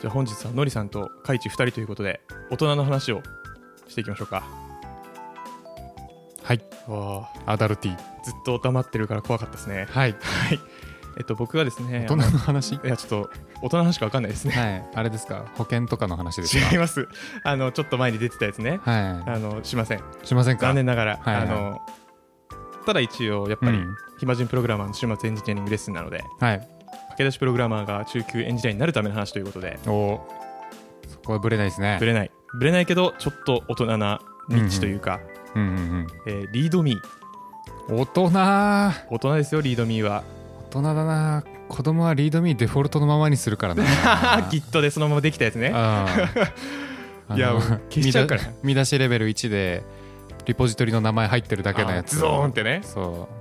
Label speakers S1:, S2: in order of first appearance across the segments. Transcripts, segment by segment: S1: じゃあ本日はのりさんとカイチ2人ということで大人の話をしていきましょうか
S2: はい
S1: わあ
S2: アダルティ
S1: ずっと黙ってるから怖かったですね
S2: はい
S1: はいえっと僕はですね
S2: 大人の話
S1: あのいやちょっと大人の話か分かんないですね
S2: はいあれですか保険とかの話ですか
S1: 違いますあのちょっと前に出てたやつね
S2: は
S1: あのしません
S2: いしませんか
S1: 残念ながら、
S2: はいは
S1: あ
S2: い
S1: のただ一応やっぱり、
S2: うん
S1: 暇人プログラマーの週末エンジニアリングレッスンなので
S2: はい
S1: 駆け出しプログラマーが中級エンジニアになるための話ということで
S2: おーそこはブレないですね
S1: ぶれないぶれないけどちょっと大人な道というか、
S2: うんうん
S1: えーリードミー
S2: うん大人大
S1: 大人ですよリードミーは
S2: 人だな子供はリードミーデフォルトのままにす るからな
S1: あギットでそのままできたやつね
S2: うん
S1: いや
S2: あの
S1: もう消しちゃうから
S2: 見出見出しレベル1でリポジトリの名前入ってるだけのや
S1: あ
S2: つ
S1: ズドーンってね
S2: そう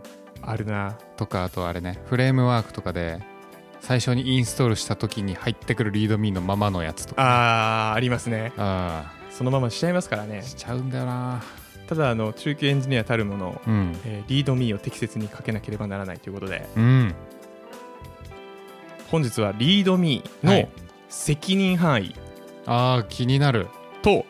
S1: あるな
S2: とかあとあれねフレームワークとかで最初にインストールした時に入ってくるリードミーのままのやつとか
S1: あーありますね
S2: あ
S1: そのまましちゃいますからね
S2: あしちゃうんだよな
S1: ただあの中級エンジニアたるもの、
S2: うん
S1: えーリードミーを適切に書けなければならないということで
S2: うん
S1: 本日はリードミー
S2: は
S1: の
S2: い
S1: 責任範囲
S2: ああ気になる
S1: と、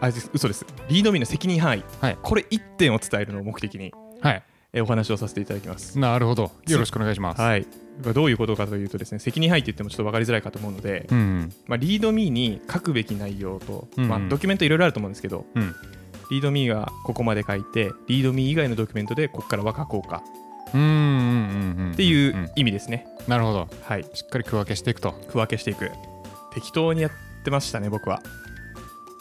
S1: あです嘘ですリードミーの責任範囲、
S2: はい
S1: これ1点を伝えるのを目的に
S2: はい
S1: えーお話をさせていただきます、
S2: なるほどよろしくお願いします
S1: はいどういうことかというとですね責任範囲って言ってもちょっと分かりづらいかと思うので、
S2: うん
S1: まあ、リードミーに書くべき内容と、
S2: うんうん
S1: まあ、ドキュメントいろいろあると思うんですけど
S2: うん
S1: リードミーがここまで書いてリードミー以外のドキュメントでここからは書こうか
S2: うんうんうんうん
S1: ってい
S2: ん
S1: う意味ですね、
S2: なるほど
S1: はい
S2: しっかり区分けしていくと
S1: 区分けしていく適当にやってましたね僕は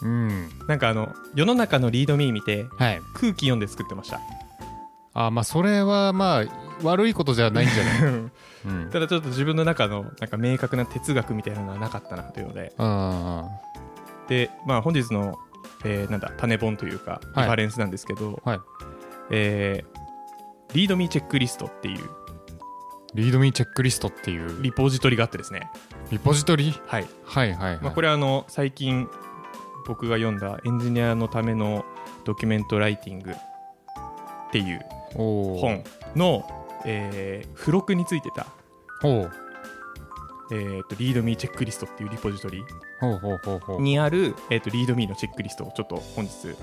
S2: うん
S1: なんかあの世の中のリードミー見て
S2: はい
S1: 空気読んで作って ました
S2: あーまあそれはまあ悪いことじゃないんじゃない、 うん、
S1: ただちょっと自分の中のなんか明確な哲学みたいなのはなかったなというので
S2: あ
S1: で、まあ、本日の、えーなんだ種本というか
S2: は
S1: リ
S2: い
S1: ファレンスなんですけど、
S2: ーはい
S1: えーリードミーチェックリストっていう
S2: リードミーチェックリストっていうリ
S1: リポジトリがあってですね
S2: ポジトリ
S1: はい、
S2: はいはい、はい
S1: まあ、これはあの最近僕が読んだエンジニアのためのドキュメントライティングっていう
S2: おー
S1: 本の、えー付録についてた、
S2: ほう
S1: えー、とリードミーチェックリストっていうリポジトリ
S2: ほうほうほうほう
S1: にある、えー、とリードミーのチェックリストをちょっと本日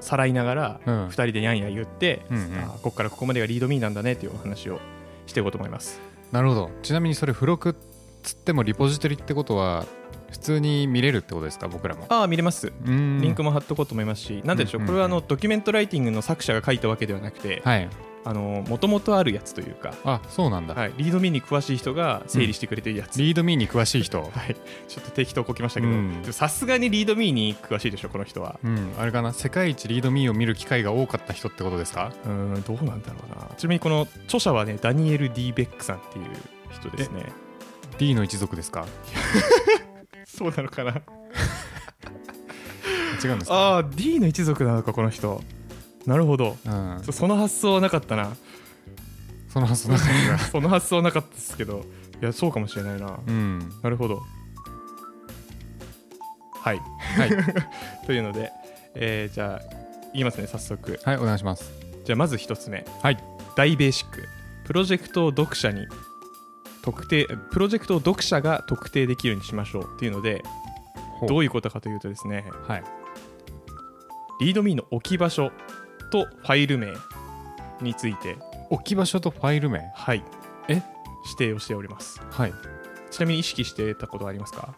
S1: さらいながら
S2: うん
S1: 2人でやんや言って、
S2: うんうん
S1: あーここからここまでがリードミーなんだねっていうお話をしていこうと思います
S2: なるほどちなみにそれ付録っつってもリポジトリってことは普通に見れるってことですか僕らも
S1: ああ見れます
S2: うーん
S1: リンクも貼っとこうと思いますし、なんでしょう、
S2: うん
S1: これはあのドキュメントライティングの作者が書いたわけではなくて、
S2: はい
S1: あの元々あるやつというか、
S2: あそうなんだ、
S1: はい、リードミーに詳しい人が整理してくれてるやつ、
S2: リードミーに詳しい人
S1: はい、ちょっと適当こきましたけど
S2: うん
S1: でもさすがにリードミーに詳しいでしょこの人は
S2: うんあれかな世界一リードミーを見る機会が多かった人ってことですか
S1: うーんどうなんだろうなちなみにこの著者はねダニエル・ディベックさんっていう人ですね
S2: D の一族ですか
S1: そうなのかな
S2: 違うんですか
S1: ああ D の一族なのかこの人なるほど
S2: うん
S1: そその発想はなかったな
S2: その発想なかった
S1: その発想はなかったですけどいや そうかもしれないな
S2: うん
S1: なるほど。はい。
S2: はい、
S1: というので、えーじゃあ、言いますね、早速。
S2: はい、お願いします
S1: じゃあ、まず1つ目。
S2: はい
S1: 大ベーシック。プロジェクトを読者に特定、プロジェクトを読者が特定できるようにしましょうっていうので、
S2: ほう
S1: どういうことかというとですね、
S2: はい
S1: リードミーの置き場所とファイル名について、
S2: 置き場所とファイル名
S1: はい。
S2: え
S1: 指定をしております。
S2: はい
S1: ちなみに意識してたことはありますか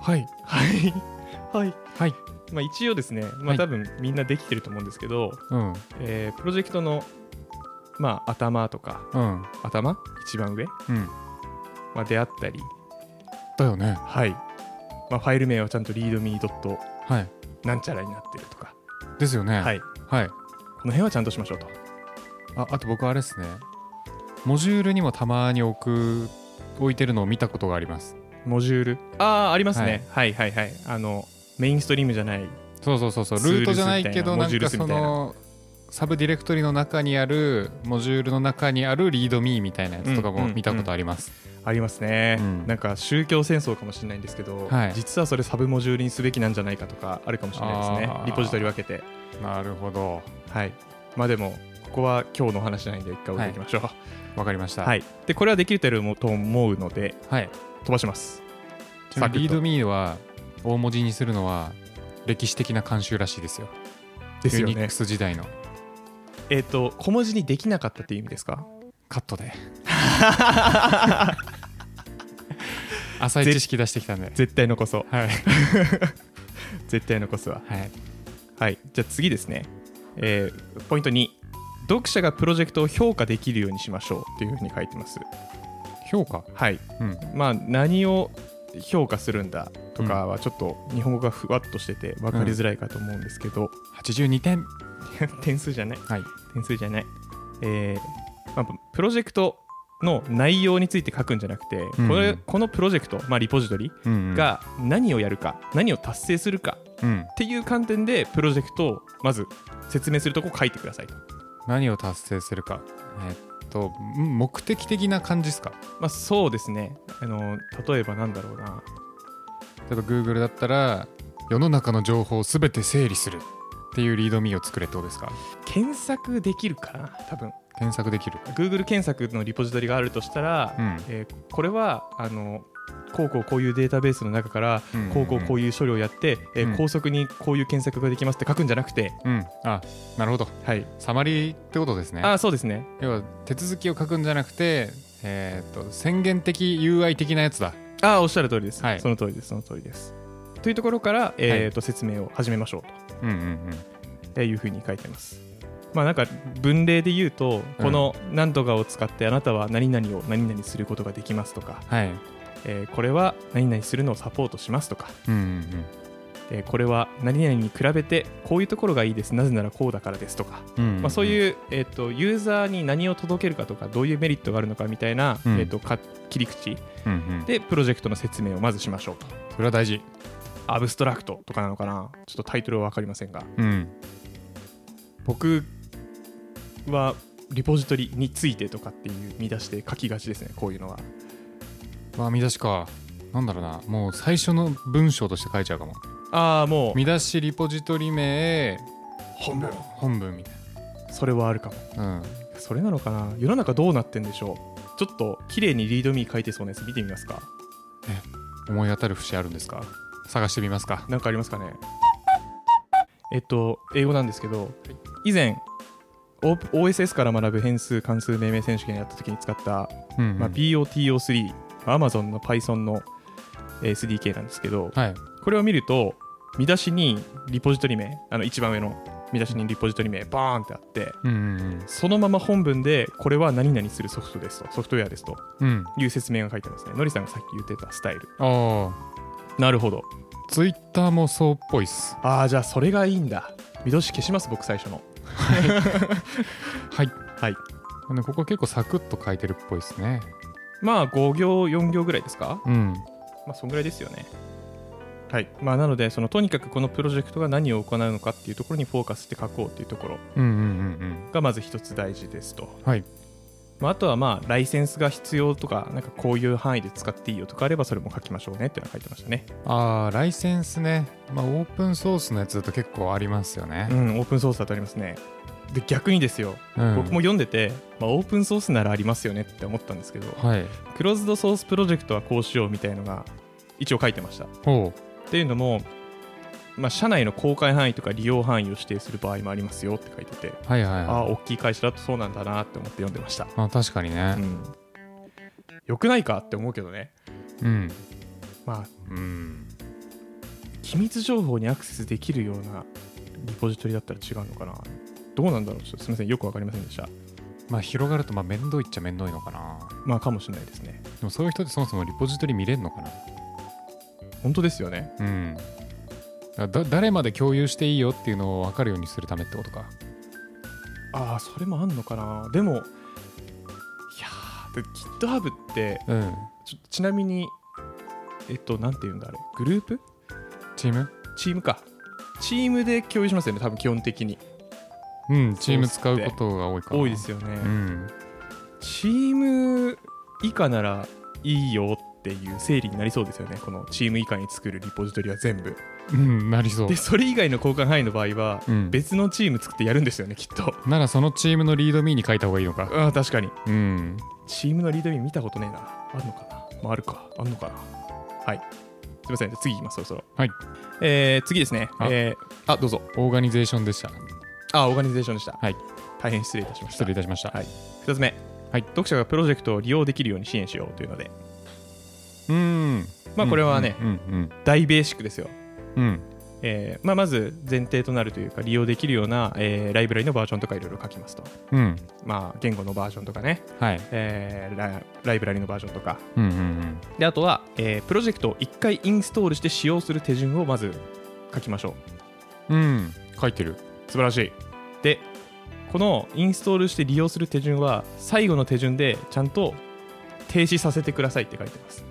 S2: はい
S1: はい。 はい。
S2: はい
S1: まあ、一応ですね、ま
S2: は
S1: あ、
S2: い
S1: 多分みんなできてると思うんですけど、
S2: うん
S1: えープロジェクトの、まあ、頭とか
S2: うん
S1: 頭一番上、
S2: うん
S1: まあ、であったり、
S2: だよね
S1: はいまあ、ファイル名はちゃんと readme.
S2: はい
S1: なんちゃらになってるとか、
S2: ですよね、
S1: はいい、こ
S2: はい、
S1: の辺はちゃんとしましょうと
S2: ああと僕あれですねモジュールにもたまに置く置いてるのを見たことがあります
S1: モジュールああありますね、はい、はいはいあのメインストリームじゃない
S2: そうそうそうそう
S1: ツールズ
S2: ルートじゃないけど
S1: みたいなモ
S2: な
S1: ジュー
S2: ん
S1: ル
S2: か
S1: ズみ
S2: そ
S1: たいな
S2: のサブディレクトリの中にあるモジュールの中にあるリードミーみたいなやつとか
S1: うんうん
S2: も
S1: うん
S2: 見たことあります、
S1: ありますね、
S2: うん
S1: なんか宗教戦争かもしれないんですけど、
S2: はい
S1: 実はそれサブモジュールにすべきなんじゃないかとかあるかもしれないですね
S2: あー
S1: リポジトリ分けて
S2: なるほど
S1: はいまあでもここは今日のお話じゃないんで一回置いていきましょう、
S2: わかりました
S1: はい、でこれはできると思うので
S2: はい
S1: 飛ばしますち
S2: さ
S1: な
S2: あ
S1: みに
S2: リードミーは大文字にするのは歴史的な慣習らしいですよ
S1: ですよ
S2: ユニッ
S1: ね
S2: ク。ス時代の
S1: えっ、と、小文字にできなかったっていう意味ですか
S2: カッ トで浅い知識出してきたんで
S1: 絶対残そう。
S2: はい、
S1: 絶対残すわ。
S2: はい、
S1: はい。じゃあ次ですね。えーポイント2。読者がプロジェクトを評価できるようにしましょうっていうふうに書いてます。
S2: 評価
S1: はい。
S2: うん
S1: まあ、何を評価するんだとかはちょっと日本語がふわっとしてて分かりづらいかと思うんですけど、
S2: 82点
S1: 点数じゃない
S2: はい
S1: 点数じゃない、えーまあ、プロジェクトの内容について書くんじゃなくて、
S2: うん
S1: これこのプロジェクト、まあ、リポジトリ
S2: うんうん、
S1: が何をやるか、何を達成するか
S2: うん、
S1: っていう観点でプロジェクトをまず説明するとこ書いてくださいと、
S2: 何を達成するかえっとん目的的な感じですか
S1: まあ、そうですねあの例えばなんだろうな
S2: 例えば Google だったら世の中の情報を全て整理するっていうリードミーを作れってことですか
S1: 検索できるかな多分
S2: 検索できる
S1: Google 検索のリポジトリがあるとしたら、
S2: うん
S1: えーこれはあのこうこうこういうデータベースの中から
S2: うんうんうん
S1: こうこうこういう処理をやって、えー
S2: うん
S1: 高速にこういう検索ができますって書くんじゃなくて、
S2: うんあなるほど
S1: はい、
S2: サマリーってことですね
S1: ああそうですね
S2: 要は手続きを書くんじゃなくて、えーっと宣言的 UI 的なやつだ
S1: ああおっしゃる通りです、
S2: はい
S1: その通りですその通りですというところから、えーと説明を始めましょう
S2: うんうんうん
S1: というふうに書いてますまあなんか文例で言うとこの何とかを使ってあなたは何々を何々することができますとか、
S2: はい
S1: えーこれは何々するのをサポートしますとか
S2: うんうん
S1: えーこれは何々に比べてこういうところがいいですなぜならこうだからですとか、
S2: うんうん
S1: まあ、そう
S2: う
S1: いう、えー、とユーザーに何を届けるかとかどういうメリットがあるのかみたいな、
S2: うん
S1: えー、とか切り口
S2: んうん
S1: でプロジェクトの説明をまずしましょうと
S2: それは大事
S1: アブストラクトとかなのかなちょっとタイトルは分かりませんが
S2: うん
S1: 僕はリポジトリについてとかっていう見出しで書きがちですねこういうのは
S2: まあ見出しかなんだろうなもう最初の文章として書いちゃうかも
S1: ああもう
S2: 見出しリポジトリ名
S1: 本文
S2: 本文みたい
S1: それはあるかも
S2: な
S1: それなのかな世の中どうなってんでしょうちょっと綺麗にリードミー書いてそうなやつ見てみますか
S2: うん思い当たる節あるんですか探してみますか
S1: なんかありますかねえっと英語なんですけど、以前オープ OSS から学ぶ変数関数命名選手権やった時に使った、
S2: うんうん
S1: まあ、POTO3 Amazon の Python のえー SDK なんですけど
S2: はい
S1: これを見ると見出しにリポジトリ名あの一番上の見出しにリポジトリ名バーンってあって
S2: うんうん
S1: そのまま本文でこれは何々するソフトですとソフトウェアですと
S2: うんうん
S1: いう説明が書いてますねのりさんがさっき言ってたスタイル
S2: あ
S1: なるほど
S2: あツイッターもそうっぽいっす
S1: ああじゃあそれがいいんだ見通し消します僕最初の
S2: はい
S1: はい
S2: でここ結構サクッと書いてるっぽいっすね
S1: まあ5行4行ぐらいですか
S2: うん
S1: まあそんぐらいですよねはいまあなのでそのとにかくこのプロジェクトが何を行うのかっていうところにフォーカスして書こうっていうところ
S2: うんうんうんうん
S1: がまず一つ大事ですと、
S2: はい
S1: まあ、あとはまあライセンスが必要とかなんかこういう範囲で使っていいよとかあればそれも書きましょうねっていうのは書いてましたね
S2: ああライセンスねまあオープンソースのやつだと結構ありますよね
S1: うんオープンソースだとありますねで逆にですよ、
S2: うん
S1: 僕も読んでて、まあ、オープンソースならありますよねって思ったんですけど
S2: はい
S1: クローズドソースプロジェクトはこうしようみたいのが一応書いてました
S2: ほ
S1: っていうのも、まあ、社内の公開範囲とか利用範囲を指定する場合もありますよって書いてて、
S2: うはいはい
S1: あ
S2: は
S1: あ大きい会社だとそうなんだなって思って読んでました、
S2: いまあ確かに
S1: う
S2: ね
S1: ん、よくないかって思うけどね
S2: うん
S1: まあ
S2: うん
S1: 機密情報にアクセスできるようなリポジトリだったら違うのかなどうなんだろうちょっとすみませんよく分かりませんでした
S2: まあ広がるとまあ面倒いっちゃ面倒いのかな
S1: まあかもしれないですね
S2: でもそういう人ってそもそもリポジトリ見れるのかな
S1: 本当ですよね
S2: うんだ誰まで共有していいよっていうのを分かるようにするためってことか
S1: ああそれもあんのかなでもいやーで GitHub って
S2: うん
S1: ちょちなみにえっとなんて言うんだあれグループ
S2: チーム
S1: チームかチームで共有しますよね多分基本的に
S2: うんチーム使うことが多いから
S1: 多いです
S2: よ
S1: よね、
S2: うん
S1: チーム以下ならいいよっていう整理になりそうですよねこのチーム以下に作るリポジトリは全部
S2: うんなりそう
S1: でそれ以外の交換範囲の場合は
S2: うん
S1: 別のチーム作ってやるんですよねきっと
S2: ならそのチームのリードミーに書いた方がいいのか
S1: ああ確かに
S2: うん
S1: チームのリードイン見たことねえなあるのかな、まあ、あるかあんのかなはいすみません、じゃあ次いきます、そろそろ。
S2: はい。
S1: えー、次ですね。
S2: あ
S1: えー、あ、どうぞ。
S2: オーガニゼーションでした
S1: あ、オーガニゼーションでした。
S2: はい。
S1: 大変失礼いたしました。
S2: 失礼いたしました、
S1: はい2つ目、
S2: はい
S1: 読者がプロジェクトを利用できるように支援しようというので、
S2: うーん
S1: まあ、これはね、
S2: うんうん
S1: 大ベーシックですよ。
S2: うん、うん
S1: えーまあ、まず前提となるというか、利用できるような、えーライブラリのバージョンとかいろいろ書きますと。
S2: うんうん
S1: まあ、言語のバージョンとかね、
S2: はい
S1: えーラ、ライブラリのバージョンとか。
S2: うんうんうん
S1: で、あとは、えープロジェクトを1回インストールして使用する手順をまず書きましょう。
S2: うん書いてる
S1: 素晴らしいでこのインストールして利用する手順は最後の手順でちゃんと停止させてくださいって書いてます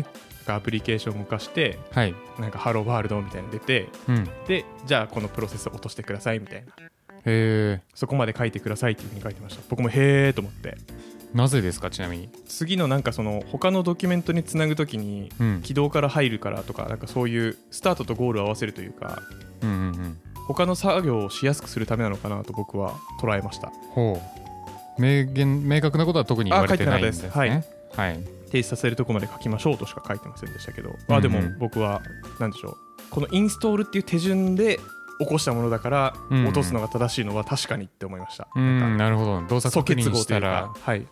S1: なんかアプリケーションを動かして
S2: はい
S1: なんかハローワールドみたいなの出て
S2: うんへ
S1: でじゃあこのプロセスを落としてくださいみたいな
S2: え
S1: そこまで書いてくださいっていうふうに書いてました僕もへえと思って
S2: なぜですかちなみに
S1: 次のなんかその他のドキュメントにつなぐときに
S2: うん
S1: 起動から入るからとかなんかそういうスタートとゴールを合わせるというか
S2: うんうんうん
S1: 他の作業をしやすくするためなのかなと僕は捉えました
S2: ほう明言明確なことは特に言われてないんですね
S1: あ書いてなかっ
S2: はい、
S1: 停止させるとこまで書きましょうとしか書いてませんでしたけど、
S2: うんう
S1: あ
S2: ん
S1: でも僕は何でしょうこのインストールっていう手順で起こしたものだから
S2: うんうん
S1: 落とすのが正しいのは確かにって思いました、
S2: うん
S1: なんか
S2: なるほど動作
S1: 素
S2: 確
S1: 結
S2: 認
S1: 合
S2: し
S1: とい
S2: た
S1: う
S2: ら
S1: かはい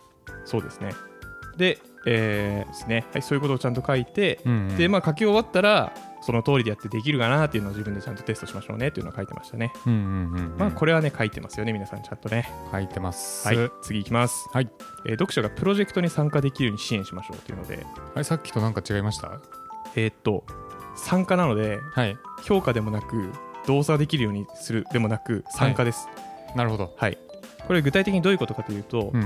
S1: そうですねで,、えーですねはい、そういうことをちゃんと書いて、
S2: うんうん
S1: でまあ書き終わったらその通りでやってできるかなっていうのを自分でちゃんとテストしましょうねっていうのは書いてましたね、
S2: うんうんうんうん
S1: まあこれはね書いてますよね皆さんちゃんとね
S2: 書いてます、
S1: はい次いきます、
S2: はい
S1: えー読者がプロジェクトに参加できるように支援しましょうというので
S2: あれさっきとなんか違いました
S1: えーっと参加なので
S2: はい
S1: 評価でもなく動作できるようにするでもなく参加です、
S2: なるほど
S1: はいこれ具体的にどういうことかというと,、
S2: うん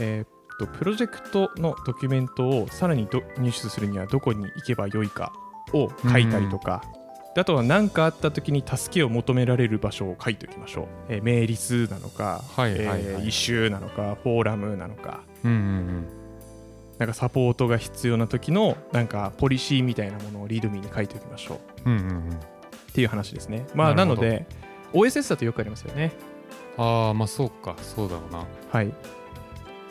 S1: えーっとプロジェクトのドキュメントをさらにど入手するにはどこに行けばよいかを書いたりとか、であとは何かあった時に助けを求められる場所を書いておきましょう、えーメール数なのか、
S2: はいはいはい
S1: えーイシューなのかフォーラムなのか
S2: うんうん
S1: なんかサポートが必要な時のなんかポリシーみたいなものをリードミーに書いておきましょう
S2: うんうんうんうん
S1: っていう話ですね。まあ、
S2: な
S1: な
S2: るほ
S1: の
S2: ど
S1: で、OSS だとよくありますよね。
S2: ああまあそうかそうだろうな
S1: はい。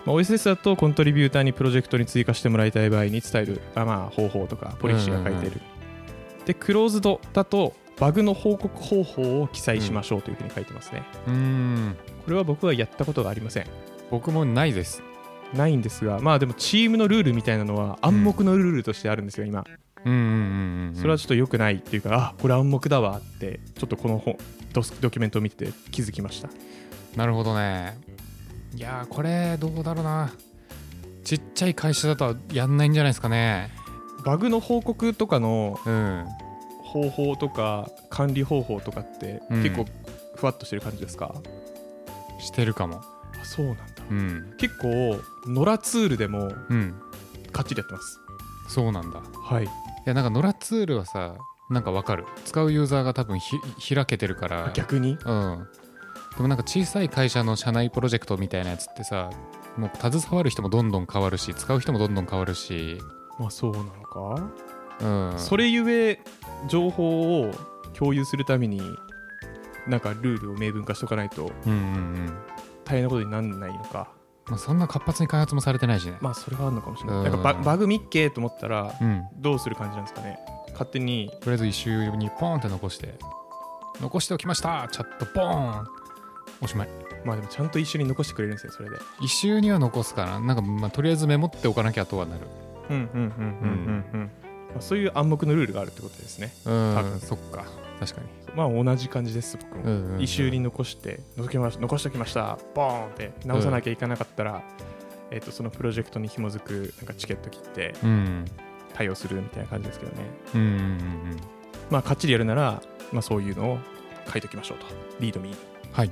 S1: まあ、OSS だと、コントリビューターにプロジェクトに追加してもらいたい場合に伝えるあ、まあ、方法とか、ポリシーが書いて
S2: うん
S1: る。で、クローズドだと、バグの報告方法を記載しましょうというふうに書いてますね。
S2: うーん
S1: これは僕はやったことがありません。
S2: 僕もないです
S1: ないんですが、まあでもチームのルールみたいなのは暗黙のルールとしてあるんですよ、今。
S2: うんうんうんうん
S1: それはちょっと良くないっていうか、あこれ暗黙だわって、ちょっとこの本ドスドキュメントを見てて気づきました。
S2: なるほどねいやーこれどうだろうなちっちゃい会社だとやんないんじゃないですかね
S1: バグの報告とかの
S2: うん
S1: 方法とか管理方法とかって
S2: うん
S1: 結構ふわっとしてる感じですか、
S2: してるかも
S1: あそうなんだ
S2: うん
S1: 結構ノラツールでも
S2: うん
S1: かっちりやってます
S2: そうなんだい
S1: はい
S2: やなんかノラツールはさなんかわかる使うユーザーが多分ひ開けてるから
S1: 逆に
S2: うんでもなんか小さい会社の社内プロジェクトみたいなやつってさもう携わる人もどんどん変わるし使う人もどんどん変わるし
S1: まあそうなのか、
S2: うん
S1: それゆえ情報を共有するためになんかルールを明文化しとかないと
S2: うんうんうん
S1: 大変なことにならないのか
S2: まあ、そんな活発に開発もされてないしね、
S1: まあそれはあるのかもしれない、
S2: うん
S1: なんかババグ見っけと思ったら
S2: うん
S1: どうする感じなんですかね勝手に
S2: とりあえず一周にポーンって残して残しておきましたチャットポーンおしまい
S1: まあでもちゃんと一緒に残してくれるんですよそれで
S2: 一周には残すかななんか、まあ、とりあえずメモっておかなきゃとはなる
S1: うんうんうんうんうんうんまあそういう暗黙のルールがあるってことですね。多
S2: う
S1: 分
S2: んそっか確かに
S1: まあ同じ感じです、僕
S2: う
S1: も。
S2: んうんうん
S1: 一周に残して、のけまし残しておきました、ボーンって直さなきゃいかなかったら、えっとそのプロジェクトに紐づくなんかチケット切って
S2: うん
S1: 対応するみたいな感じですけどね。
S2: うんうんうん
S1: まあ、かっちりやるなら、まあ、そういうのを書いておきましょうと。リードミーに。
S2: はい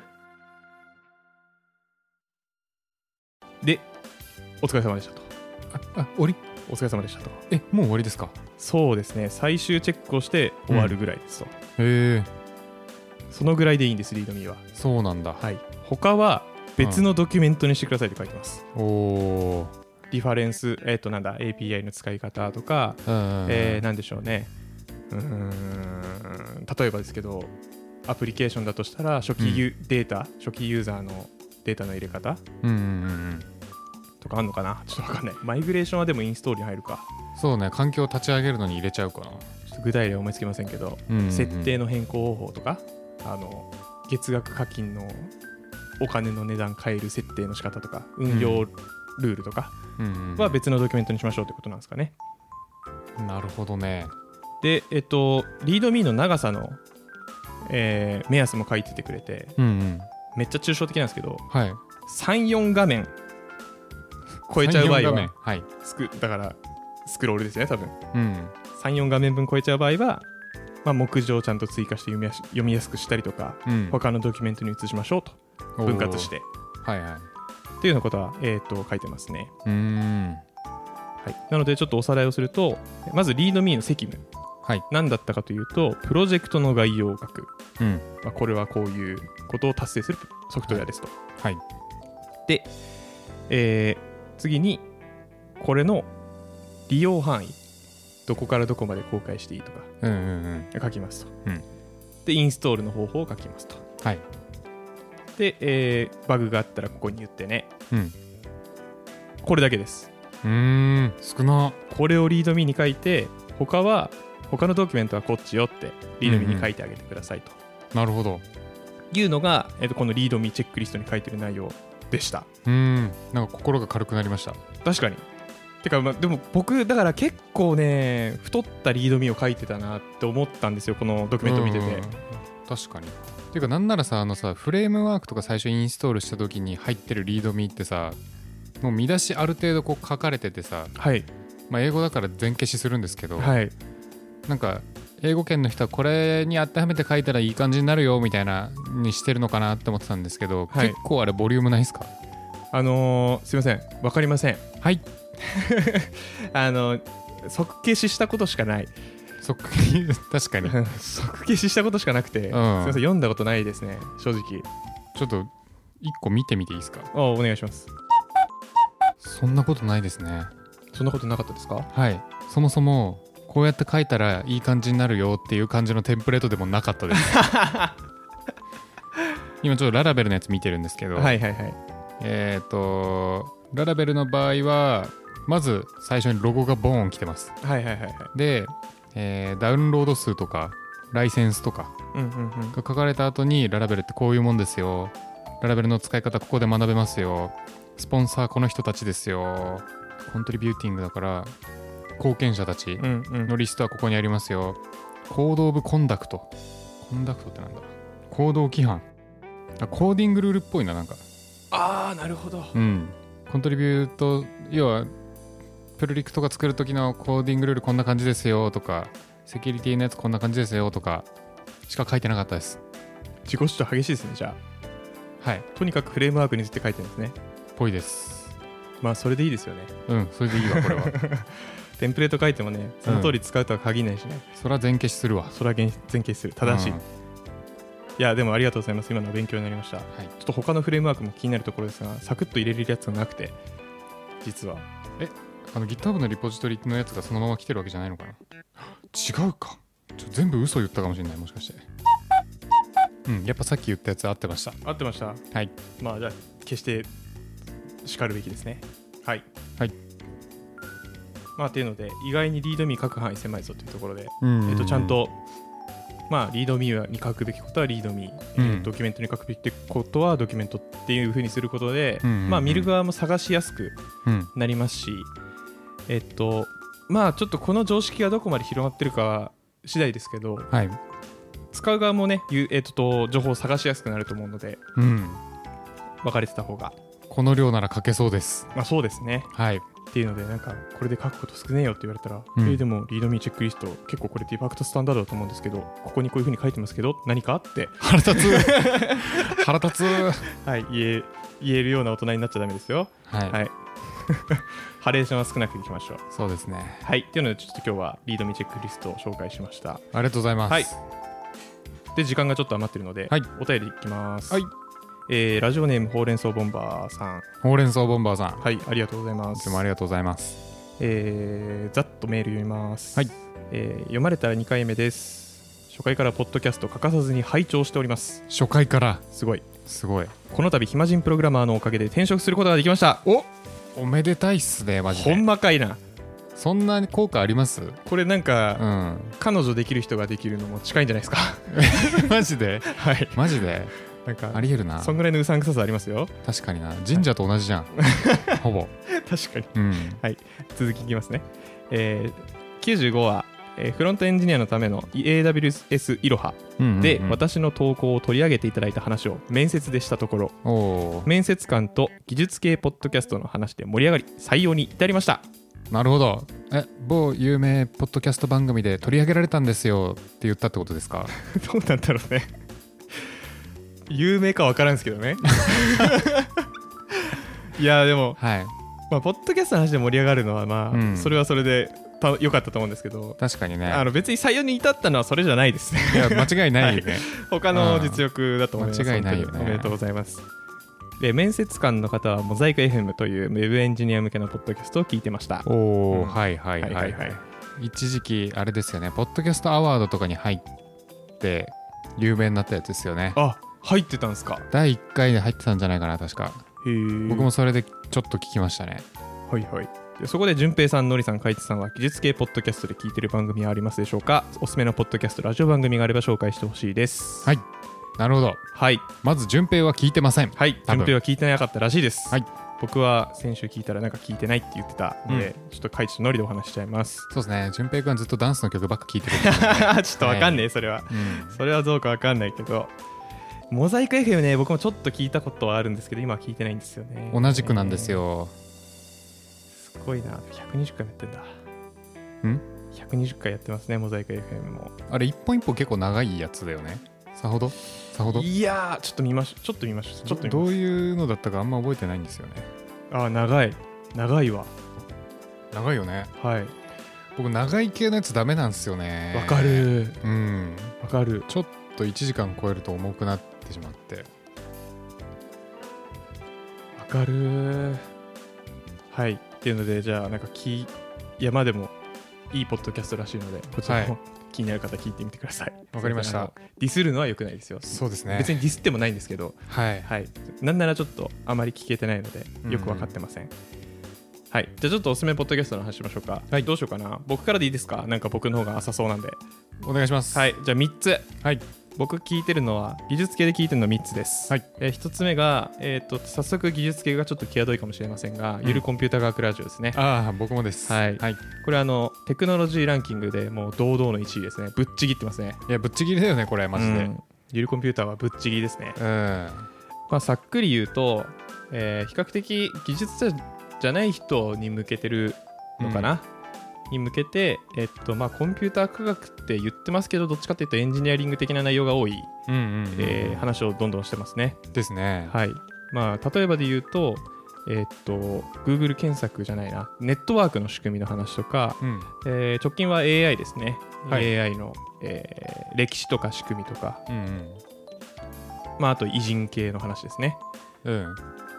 S1: で、お疲れ様でしたと。
S2: ああ折り
S1: お疲れ様でしたと
S2: えもう終わりですか
S1: そうですね最終チェックをして終わるぐらいですと、
S2: へえ
S1: そのぐらいでいいんですリードミーは
S2: そうなんだ、
S1: はい他は別のドキュメントにしてくださいって書いてます、
S2: おお
S1: リファレンスえっ、となんだ API の使い方とか、
S2: うんうんうん
S1: えー、なんでしょうねうーん例えばですけどアプリケーションだとしたら初期ユデータ、初期ユーザーのデータの入れ方
S2: うんうんうんうん
S1: とかあんのかなちょっとわかんないマイグレーションはでもインストールに入るか
S2: そうね環境を立ち上げるのに入れちゃうかな、
S1: ちょっと具体例は思いつきませんけど、
S2: うんうんうん
S1: 設定の変更方法とかあの月額課金のお金の値段変える設定の仕方とか運用ルールとか
S2: うんうんうん
S1: は別のドキュメントにしましょうってことなんですかね。
S2: なるほどね
S1: で、えっと、リードミーの長さの、えー目安も書いててくれて、
S2: うんうん
S1: めっちゃ抽象的なんですけど、
S2: はい
S1: 3、4画面超えちゃう場
S2: 三四
S1: 合
S2: 画面
S1: は、
S2: はい
S1: スクだからスクロールですね、多分
S2: うん
S1: 3、4画面分超えちゃう場合は、まあ、目次をちゃんと追加して読みやす読みやすくしたりとか、
S2: うん
S1: 他のドキュメントに移しましょうと、分割してて。
S2: はいはい
S1: っていうようなことは、えー、と書いてますね、
S2: うーん
S1: はい。なので、ちょっとおさらいをすると、まずリードミーの責務。
S2: はい
S1: 何だったかというと、プロジェクトの概要を書く。
S2: うん
S1: まあ、これはこういうことを達成するソフトウェアですと。
S2: はい
S1: で、えー次に、これの利用範囲、どこからどこまで公開していいとか
S2: うんうんうん
S1: 書きますと。
S2: うん
S1: で、インストールの方法を書きますと。
S2: はい
S1: で、えーバグがあったらここに言ってね。
S2: うん
S1: これだけです。
S2: うーん少な
S1: これをリードミーに書いて、他は、他のドキュメントはこっちよって、リードミーに書いてあげてくださいと
S2: なるほど
S1: いうのが、えーとこのリードミーチェックリストに書いてる内容でした。
S2: うーんなんか心が軽くなりました
S1: 確かにてか、まあ、でも僕だから結構ね太ったリードミーを書いてたなって思ったんですよこのドキュメント見てて、
S2: うんうんうん確かにていうかなんならさあのさフレームワークとか最初インストールした時に入ってるリードミーってさもう見出しある程度こう書かれててさ、
S1: はい
S2: まあ、英語だから全消しするんですけど、
S1: はい
S2: なんか英語圏の人はこれに当てはめて書いたらいい感じになるよみたいなにしてるのかなって思ってたんですけど、
S1: はい
S2: 結構あれボリュームないですか
S1: あのーすいませんわかりません
S2: はい
S1: あの即消ししたことしかない
S2: そっか 確かにち
S1: 即消ししたことしかなくて、すいません読んだことないですね正直
S2: ょっと一個見てみていいですか
S1: おお願いします
S2: そんなことないですね
S1: そんなことなかったですか
S2: はいそもそもこうやって書いたらいい感じになるよっていう感じのテンプレートでもなかったです 今ちょっとララベルのやつ見てるんですけど、
S1: はいはいはい
S2: えっ、とララベルの場合はまず最初にロゴがボーン来てます
S1: はいはいはいはい
S2: で、えーダウンロード数とかライセンスとか
S1: うんうんうん
S2: が書かれた後にララベルってこういうもんですよララベルの使い方ここで学べますよスポンサーこの人たちですよコントリビューティングだから貢献者たち
S1: うんうん
S2: のリストはここにありますよ。コード・オブ・コンダクト。コンダクトってなんだ行動規範。あコーディングルールっぽいな、なんか。
S1: ああなるほど
S2: うん。コントリビュート、要は、プルリクとか作る時のコーディングルールこんな感じですよとか、セキュリティのやつこんな感じですよとか、しか書いてなかったです。
S1: 自己主張激しいですねじゃ
S2: はい。
S1: あとにかくフレームワークについて書いてるんですね
S2: ぽいです。
S1: まあそれでいいですよね
S2: うん、それでいいわ、これは。
S1: テンプレート書いてもね、その通り使うとは限らないしね、
S2: それは全消しするわ。
S1: それは全全消しする、正しい。
S2: うん
S1: いや、でもありがとうございます、今のは勉強になりました。ちょ
S2: はい、
S1: っと他のフレームワークも気になるところですが、サクッと入れれるやつがなくて、実は。
S2: あの GitHub のリポジトリのやつがそのまま来てるわけじゃないのかな違うかちょ全部嘘言ったかもしれないもしかしてうんやっぱさっき言ったやつ合ってました
S1: 合ってました
S2: はい
S1: まあ、じゃあ、決して叱るべきですね。はい。
S2: はい。
S1: まあ、というので、意外にリードミー書く範囲狭いぞというところで、
S2: うん
S1: えっと、ちゃんと、まあ、リードミーに書くべきことはリードミー、えー
S2: うん
S1: ドキュメントに書くべきことはドキュメントっていうふうにすることで、
S2: うんうんうん
S1: まあ、見る側も探しやすく
S2: うん
S1: なりますし、えっとまあ、ちょっとこの常識がどこまで広まってるかは次第ですけど
S2: はい
S1: 使う側もね、ゆえっと、情報を探しやすくなると思うので
S2: うん
S1: 分かれてた方が、
S2: この量なら書けそうです
S1: まあ、そうですね
S2: はい
S1: っていうのでなんかこれで書くこと少ねえよって言われたら、
S2: うん
S1: えーでもリードミーチェックリスト結構これディファクトスタンダードだと思うんですけどここにこういうふうに書いてますけど何かって
S2: 腹 立つ腹立つ
S1: はい、言え言えるような大人になっちゃダメですよ。
S2: はい、
S1: はいハレーションは少なくいきましょう
S2: そうですね
S1: はいっていうのでちょっと今日はリードミチェックリストを紹介しました
S2: ありがとうございます
S1: はいで時間がちょっと余ってるので、
S2: はい
S1: お便りいきます、
S2: はい
S1: えーラジオネームほうれん草ボンバーさん
S2: ほうれん草ボンバーさんい
S1: はいありがとうございます
S2: つもありがとうございます
S1: えーざっとメール読みます、
S2: はい
S1: えー読まれたら2回目です初回からポッドキャスト欠かさずに拝聴しております
S2: 初回から
S1: すごい
S2: すごい
S1: この度暇人プログラマーのおかげで転職することができましたお
S2: おめでたいっすねマジ
S1: ほ
S2: で
S1: んまかいな
S2: そんな効果あります
S1: これなんか、
S2: うん
S1: 彼女できる人ができるのも近いんじゃないですか
S2: マジで
S1: はい
S2: マジで
S1: なんか
S2: ありえるな
S1: そんぐらいのうさんくささあります よ
S2: 確かにな神社と同じ じゃんほぼ
S1: 確かに
S2: うん
S1: 続きいきますね、えー95話、えーフロントエンジニアのための AWS いろは
S2: うんうんうん
S1: で、私の投稿を取り上げていただいた話を面接でしたところ
S2: おお
S1: 面接官と技術系ポッドキャストの話で盛り上がり採用に至りました
S2: なるほどえ某有名ポッドキャスト番組で取り上げられたんですよって言ったってことですか
S1: どうなんだろうね有名か分からんすけど ねいやでも、
S2: はい
S1: まあ、ポッドキャストの話で盛り上がるのはまあ、
S2: うん
S1: それはそれでた良かったと思うんですけど
S2: 確かにね
S1: あの別に採用に至ったのはそれじゃないですね
S2: いや間違いないよ ね、
S1: 他の実力だと思います
S2: 間違いないよね
S1: 本当におめでとうございますで面接官の方はモザイク FM というウェブエンジニア向けのポッドキャストを聞いてました
S2: おお、
S1: うん
S2: はいはいはい、はい
S1: い
S2: 一時期あれですよねポッドキャストアワードとかに入って有名になったやつですよね
S1: あ入ってたんすか
S2: 第1回で入ってたんじゃないかな確か僕
S1: 僕
S2: もそれでちょっと聞きましたね
S1: はいはいでそこで順平さんのりさんかいちさんは技術系ポッドキャストで聞いてる番組はありますでしょうかおすすめのポッドキャストラジオ番組があれば紹介してほしいです
S2: はいなるほど
S1: はい
S2: まず順平は聞いてません
S1: はい
S2: 多
S1: 順
S2: 分
S1: 平は聞いてなかったらしいです、
S2: はい
S1: 僕は先週聞いたらなんか聞いてないって言ってたので、ちょっとかいちとのりでお話しちゃいます
S2: そうですね順平くんはずっとダンスの曲ばっか聞いてる、
S1: ちょっとわかんねえそれは
S2: うん、
S1: それはどうかわかんないけどモザイク FM ね僕もちょっと聞いたことはあるんですけど今は聞いてないんですよね
S2: 同じくなんですよ。
S1: すごいな120回もやってんだ
S2: ん
S1: 120回やってますねモザイク FM も
S2: あれ、一本一本結構長いやつだよね。さほどさほど
S1: いやーちょっと見ましょうちょっと見ましょうちょっと見
S2: ど
S1: ま
S2: う
S1: しょ
S2: いうのだったかあんま覚えてないんですよね。
S1: うあー長い長いわ
S2: 長いよね。
S1: はいわ、
S2: 僕、長い系のやつダメなんですよね。
S1: か。る
S2: うん。
S1: わかる
S2: ちょっと1時間超えると重くなってしまって。
S1: わかるはいっていうのでじゃあなんかき山でもいいポッドキャストらしいのでこちらも、
S2: は
S1: 気になる方聞いてみてください
S2: わかりました
S1: あのディスるのは良くないですよ
S2: そうですね。
S1: 別
S2: に。
S1: にディスってもないんですけど、
S2: はい。
S1: はい、なんならちょっとあまり聞けてないので
S2: うん
S1: よく分かってません、はいじゃあちょっとおすすめポッドキャストの話しましょうか、はい、どうしようかな僕からでいいですかなんか僕の方が浅そうなんで
S2: お願いします。
S1: はい。じゃあ3つ
S2: はい。
S1: 僕聞いてるのは技術系で聞いてるの3つです、
S2: はい
S1: え1つ目が、えー、と早速技術系がちょっと際どいかもしれませんが、
S2: ん
S1: ゆるコンピューター学ラジオですね
S2: ああ、僕もです。
S1: はい
S2: はい。
S1: これあのテクノロジーランキングでもう堂々の1位ですねぶっちぎってますね
S2: いや、ぶっちぎりだよね、これ、マジで。
S1: う
S2: うんん。
S1: ゆるコンピューターはぶっちぎりですねまあ、さっくり言うと、えー比較的技術者じゃない人に向けてるのかな、に向けて、えっとまあ、コンピューター科学って言ってますけどどっちかっていうとエンジニアリング的な内容が多い、
S2: うんうんうん、
S1: えー話をどんどんしてますね、
S2: ですね。
S1: はいまあ、例えばで言うと,、えっと Google 検索じゃないなネットワークの仕組みの話とか、
S2: うん。
S1: えー直近は AI ですね、
S2: はい
S1: AI の、えー歴史とか仕組みとか、
S2: うん
S1: まあ、あと偉人系の話ですね
S2: うん。うん。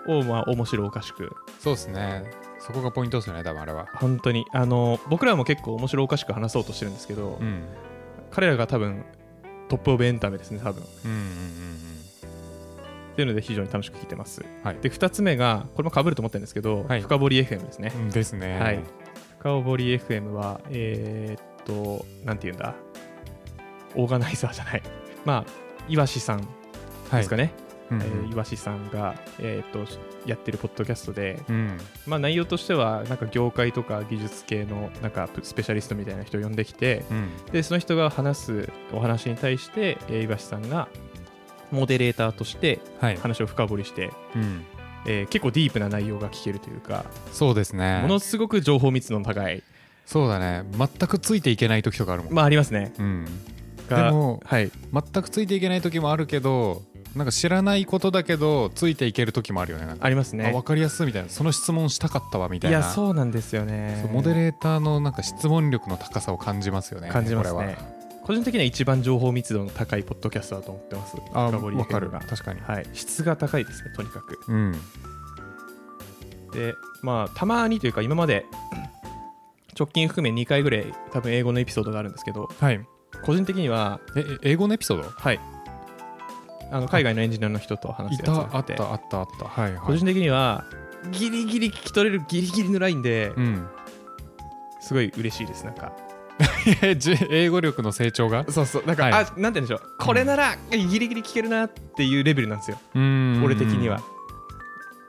S1: を、まあ、面白おかしく
S2: そうですね。そこがポイントですよね、多分あれは。
S1: 本当にあの僕らも結構面白おかしく話そうとしてるんですけど、
S2: うん。
S1: 彼らが多分トップオブエンタメですね多分っ
S2: うんうん
S1: ていうので非常に楽しく聞いてます、
S2: はい
S1: で2つ目がこれもかぶると思ってるんですけど、
S2: はい
S1: 深掘り FM ですね
S2: う、んうん。ですね。
S1: はい深掘り FM はえーっとなんて言うんだオーガナイザーじゃない まあ岩師さん
S2: はい。
S1: ですかね、
S2: うんう
S1: えー
S2: ん。
S1: 岩師さんが、えーっとやってるポッドキャストで、
S2: うん。
S1: まあ、内容としてはなんか業界とか技術系のなんかスペシャリストみたいな人を呼んできて、
S2: うん。
S1: でその人が話すお話に対して、えー、岩橋さんがモデレーターとして
S2: はい。
S1: 話を深掘りして、
S2: うん。
S1: えー結構ディープな内容が聞けるというか、
S2: そうですね。
S1: ものすごく情報密度の高い
S2: そうだね。全くついていけない時とかあるもん。
S1: まあありますね
S2: うん。
S1: が
S2: でも
S1: はい
S2: 全くついていけない時もあるけど、なんか知らないことだけどついていける時もあるよねなんか
S1: ありますね
S2: 分かりやすいみたいなその質問したかったわみた
S1: い
S2: いな
S1: やそうなんですよね
S2: そうモデレーターのなんか質問力の高さを感じますよね
S1: 感じます
S2: これ
S1: ね個人的には一番情報密度の高いポッドキャストだと思ってます
S2: はあ
S1: 深掘り
S2: 分かる
S1: FM が
S2: 確かに
S1: はい質が高いですねとにかく
S2: うん
S1: でまあたまにというか今まで直近含め2回ぐらい多分英語のエピソードがあるんですけど
S2: はい
S1: 個人的には
S2: ええ英語のエピソード
S1: はいあの海外のエンジニアの人と話
S2: い
S1: すやつ
S2: た
S1: が
S2: あ
S1: あ
S2: っ
S1: って
S2: たあったあったはいは
S1: 個
S2: い
S1: 人的にはギリギリ聞き取れるギリギリのラインで
S2: うん、
S1: すごい嬉しいですなんか
S2: じ英語力の成長が
S1: そうそうなんか、
S2: はい
S1: あなんて言うんでしょうこれならギリギリ聞けるなっていうレベルなんですよ
S2: うん
S1: 俺的には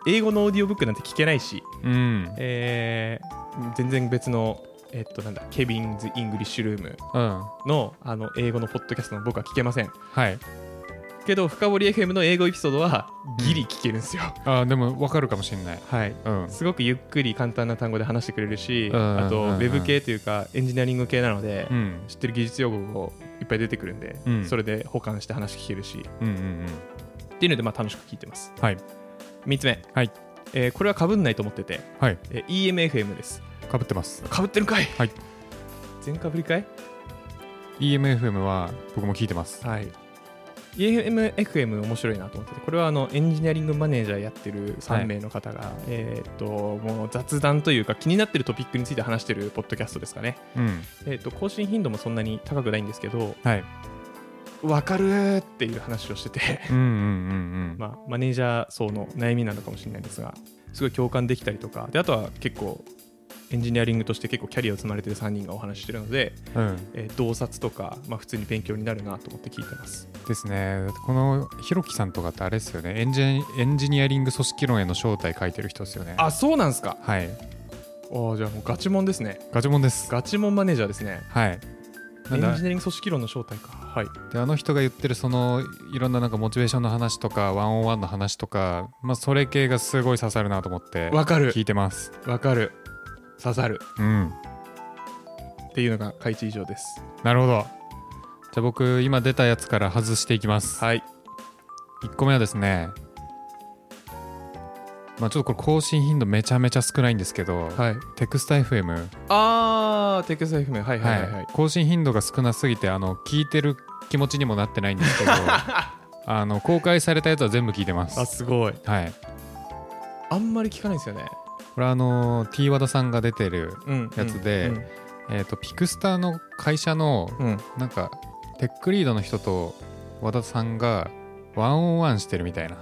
S1: 英語のオーディオブックなんて聞けないし、
S2: うんうん
S1: えー全然別のえっとなんだケビンズ・イングリッシュルーム
S2: は
S1: のあの英語のポッドキャストの僕は聞けません
S2: い
S1: けど深掘り FM の英語エピソードはギリ聞けるんですよ、
S2: あでも分かるかもしれない
S1: はい
S2: うん
S1: すごくゆっくり簡単な単語で話してくれるし、
S2: うん
S1: あと
S2: う
S1: ウ
S2: ん
S1: ェブ系というかエンジニアリング系なので、
S2: うん
S1: 知ってる技術用語もいっぱい出てくるんで、
S2: うん
S1: それで保管して話聞けるし
S2: うんうんうん
S1: っていうのでまあ楽しく聞いてます
S2: はい
S1: 3つ目、
S2: はい
S1: えーこれはかぶんないと思ってて、
S2: はい
S1: えー EMFM です
S2: かぶってます
S1: かぶってるんかい
S2: はい
S1: 全かぶりかい
S2: EMFM は僕も聞いてます
S1: はい EMFM 面白いなと思っててこれはあのエンジニアリングマネージャーやってる3名の方が、えーっともう雑談というか気になってるトピックについて話してるポッドキャストですかね、
S2: うん
S1: えーっと更新頻度もそんなに高くないんですけど
S2: はい
S1: 分かるーっていう話をしてて
S2: うんうんうんうん
S1: まあ、マネージャー層の悩みなのかもしれないですがすごい共感できたりとかであとは結構エンジニアリングとして結構キャリアを積まれてる3人がお話ししてるので、
S2: うん
S1: えー洞察とか、まあ、普通に勉強になるなと思って聞いてます
S2: ですねこのひろきさんとかってあれですよねエンジニエンジニアリング組織論への招待書いてる人ですよね
S1: あそうなんすか
S2: はい
S1: あじゃあもうガチモンですね
S2: ガチモンです
S1: ガチモンマネージャーですね
S2: はい
S1: エ
S2: な
S1: ン
S2: ん
S1: ジニ
S2: だ
S1: アリング組織論の正体かはい
S2: であの人が言ってるそのいろんななんかモチベーションの話とかワンオンワンの話とか、まあ、それ系がすごい刺さるなと思って
S1: わかる
S2: 聞いてます
S1: わかる刺さる
S2: うん
S1: っていうのが開一以上です
S2: なるほどじゃあ僕今出たやつから外していきます
S1: はい
S2: 1個目はですねまあちょっとこれ更新頻度めちゃめちゃ少ないんですけど、
S1: はい
S2: テクスタ FM
S1: あーテクスタ FM はいはいはいはい、
S2: はい、更新頻度が少なすぎてあの聞いてる気持ちにもなってないんで すけどあの公開されたやつは全部聞いてます
S1: あすごい
S2: はい
S1: あんまり聞かないんですよね
S2: これはあの T 和田さんが出てる、
S1: うん
S2: やつでえー、とピクスターの会社の
S1: うん、うん
S2: なんかテックリードの人と和田さんがワンオンワンしてるみたいな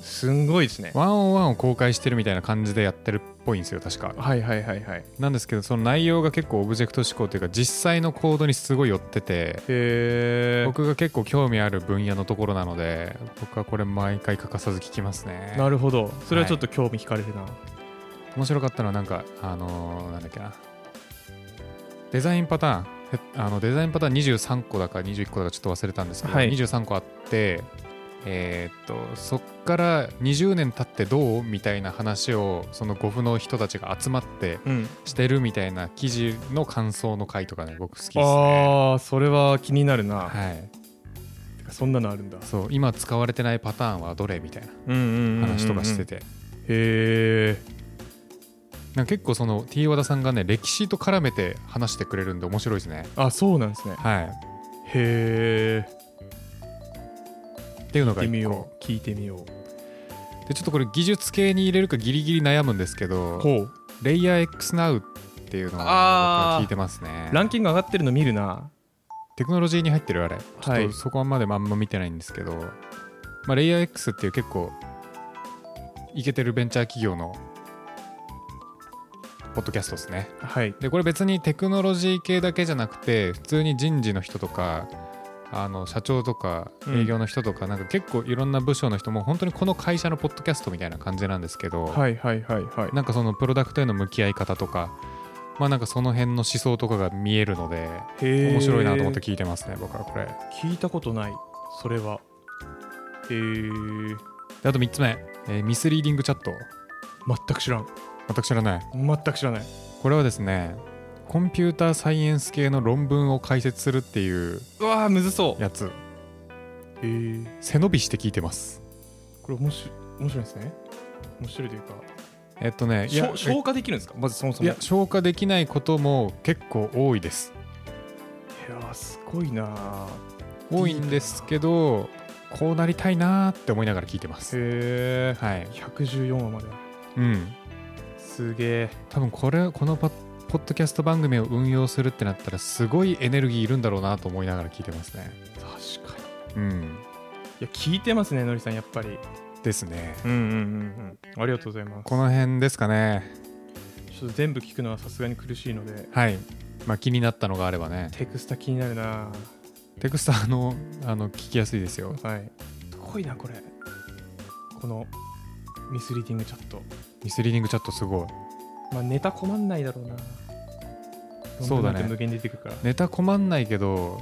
S1: すんごいですね
S2: ワンオンワンを公開してるみたいな感じでやってるっぽいんですよ確か
S1: はいはいはいはいへ
S2: なんですけどその内容が結構オブジェクト思考というか実際のコードにすごい寄ってて
S1: え
S2: 僕が結構興味ある分野のところなので僕はこれ毎回欠かさず聞きますね
S1: なるほどそれはちょっと興味惹かれるな、
S2: 面白かったのはなんかあのーなんだっけなデザインパターンへあのデザインパターン23個だか21個だかちょっと忘れたんですけど、
S1: はい
S2: 23個あってえーっとそっから20年経ってどうみたいな話をそのゴフの人たちが集まって
S1: うん
S2: してるみたいな記事の感想の回とかね僕好きですね
S1: ああそれは気になるな、
S2: はい
S1: てかそんなのあるんだ
S2: そう今使われてないパターンはどれみたいな
S1: うんうん
S2: 話とかしてて
S1: へえ
S2: なんか結構その T 和田さんがね歴史と絡めて話してくれるんで面白いですね
S1: あそうなんですね
S2: はい
S1: へえ
S2: っていうの
S1: 聞
S2: が
S1: いて
S2: 一個
S1: みよう聞いてみよう
S2: でちょっとこれ技術系に入れるかギリギリ悩むんですけど
S1: ほう
S2: レイヤー X Now っていうのを僕
S1: あー
S2: は聞いてますね
S1: ランキング上がってるの見るな
S2: テクノロジーに入ってるあれちょ
S1: は
S2: っ
S1: い
S2: とそこまであんま見てないんですけど、まあ、レイヤー X っていう結構イケてるベンチャー企業のポッドキャストですね
S1: はい
S2: でこれ別にテクノロジー系だけじゃなくて普通に人事の人とかあの社長とか
S1: うん
S2: 営業の人とか、なんか結構いろんな部署の人も本当にこの会社のポッドキャストみたいな感じなんですけど、
S1: はいはいはいはい
S2: なんかそのプロダクトへの向き合い方とかまあなんかその辺の思想とかが見えるので
S1: へー
S2: 面白いなと思って聞いてますね僕はこれで
S1: 聞いたことないそれはへえ全
S2: あと3つ目、えーミスリーディングチャット
S1: く知らん
S2: 全く知らない
S1: 全く知らない
S2: これはですねコンピューターサイエンス系の論文を解説するっていう
S1: うわーむずそう
S2: やつ
S1: えー、
S2: 背伸びして聞いてます
S1: これ面白い面白いですね面白いというか
S2: えっとねい
S1: しょ
S2: や
S1: 消化できるんですかまずそもそ
S2: い
S1: も
S2: や消化できないことも結構多いです
S1: いやーすごいなー
S2: 多いんですけどこうなりたいなーって思いながら聞いてます
S1: へえ
S2: はい
S1: 114話まで
S2: うん
S1: すげえ
S2: 多分これこのパポッドキャスト番組を運用するってなったらすごいエネルギーいるんだろうなと思いながら聞いてますね
S1: 確かに
S2: うん
S1: いや聞いてますねのりさんやっぱり
S2: ですね
S1: うんうんうんうんありがとうございます
S2: この辺ですかね
S1: ちょっと全部聞くのはさすがに苦しいので
S2: はいまあ気になったのがあればね
S1: テクスタ気になるな
S2: テクスタのあの聞きやすいですよ
S1: はいすごいなこれこのミスリーディングチャット
S2: ミスリーディングチャットすごい
S1: まあネタ困んないだろうな
S2: そうだね
S1: どんどん見て無限に出てくるから
S2: ネタ困んないけど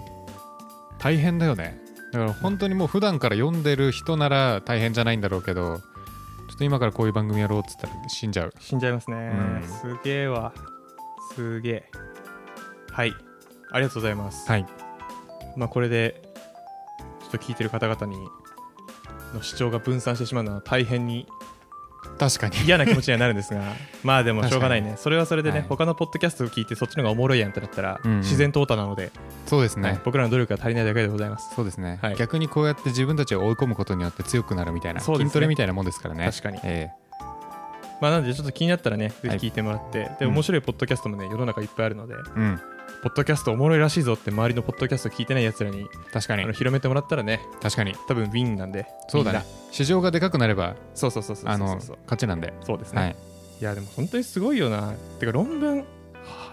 S2: 大変だよねだから本当にもう普段から読んでる人なら大変じゃないんだろうけどちょっと今からこういう番組やろうっつったら死んじゃう
S1: 死んじゃいますね、
S2: うん
S1: すげえわすげえはいありがとうございます、
S2: はい
S1: まあこれでちょっと聞いてる方々にの主張が分散してしまうのは大変 に
S2: 確かに
S1: 嫌な気持ちにはなるんですがまあでもしょうがないねそれはそれでね、
S2: はい
S1: 他のポッドキャストを聞いてそっちの方がおもろいやんってなったら、
S2: うんうん
S1: 自然淘汰なので、
S2: そうですね、
S1: はい僕らの努力が足りないだけでございます、
S2: そうですね、
S1: はい
S2: 逆にこうやって自分たちを追い込むことによって強くなるみたいな、
S1: そうですね
S2: 筋トレみたいなもんですからね
S1: 確かに
S2: え
S1: まあなのでちょっと気になったらねぜ
S2: はい
S1: ひ聞いてもらって、で面白いポッドキャストもね世の中いっぱいあるので、
S2: えうん
S1: ポッドキャストおもろいらしいぞって周りのポッドキャスト聞いてないやつらに
S2: 確か
S1: あの
S2: に
S1: 広めてもらったらね
S2: 確かに
S1: 多分ウィンなんで
S2: そうだ
S1: み
S2: ね
S1: んな
S2: 市場がでかくなれば
S1: そうそうそうそう
S2: あ
S1: そ
S2: の
S1: うそう
S2: 勝ちなんで
S1: そうですね、、
S2: はいい
S1: やでも本当にすごいよなてか論文は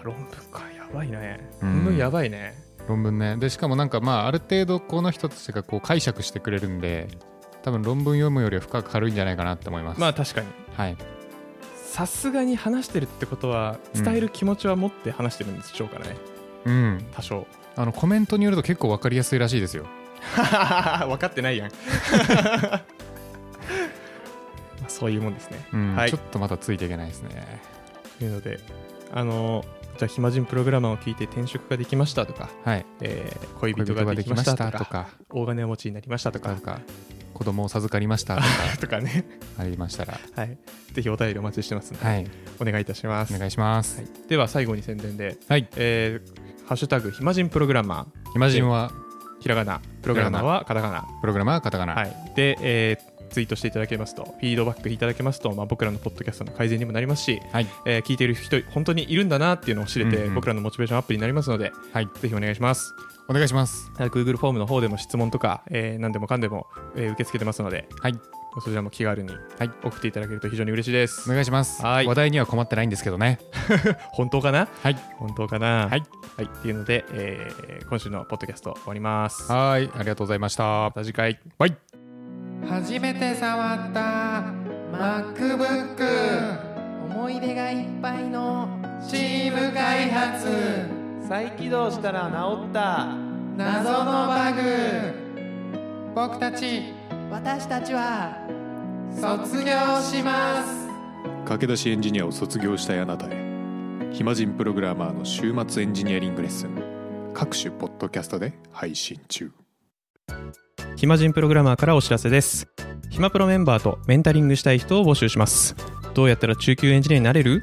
S1: あ論文かやばいね
S2: うん
S1: 論文やばいね
S2: 論文ねでしかもなんかまあある程度この人たちがこう解釈してくれるんで多分論文読むよりは深く軽いんじゃないかなって思います
S1: まあ確かに
S2: はい
S1: さすがに話してるってことは
S2: うん
S1: 伝える気持ちは持って話してるんでしょうからね、
S2: うん
S1: 多 少
S2: あのコメントによると結構分かりやすいらしいですよ
S1: 分かってないや んまあそういうもんですね
S2: うん、
S1: はい
S2: ちょっとまだついていけないですね
S1: というのであのじゃあ暇人プログラマーを聞いて転職ができましたとか、
S2: はい
S1: えー恋
S2: 恋
S1: 人
S2: 人
S1: が
S2: が
S1: で
S2: で
S1: き
S2: き
S1: ま
S2: ま
S1: し
S2: したた
S1: と
S2: と
S1: か
S2: か
S1: 大金持ちになりましたと
S2: な
S1: か
S2: んか子供を授かりまし たとか
S1: とかね
S2: ありましたら
S1: はい、ぜひお便りお待ちしてますので、
S2: はい
S1: お願いいたします。
S2: お願いします
S1: はいでは最後に宣伝で、
S2: はい
S1: えーハッシュタグ暇人プログラマ
S2: 暇人は
S1: ー、ひらがな、プログラマーはカタカナ、
S2: プログラマーカタカナ、
S1: はい、で、えーツイートしていただけますと、フィードバックいただけますと、まあ、僕らのポッドキャストの改善にもなりますし、
S2: はい
S1: えー聞いている人、本当にいるんだなっていうのを知れて、
S2: うんうん
S1: 僕らのモチベーションアップになりますので、
S2: はい
S1: ぜひお願いします。
S2: お願いします
S1: はい Google フォームの方でも質問とか、えー何でもかんでも、えー受け付けてますので、
S2: はい
S1: そちらも気軽に
S2: はい
S1: 送っていただけると非常に嬉しいです。
S2: お願いします
S1: はい
S2: 話題には困ってないんですけどね
S1: 本当かな
S2: はい
S1: 本当かな
S2: はい、
S1: はい、っていうので、えー今週のポッドキャスト終わります。ま
S2: はいありがとうございました
S1: た次回。
S2: バイ
S3: 初めて触った MacBook 思い出がいっぱいのチーム開発
S4: 再起動したら治った
S3: 謎のバグ僕たち私たちは卒業します
S5: 駆け出しエンジニアを卒業したいあなたへ暇人プログラマーの週末エンジニアリングレッスン各種ポッドキャストで配信中
S1: 暇人プログラマーからお知らせです。暇プロメンバーとメンタリングしたい人を募集します。どうやったら中級エンジニアになれる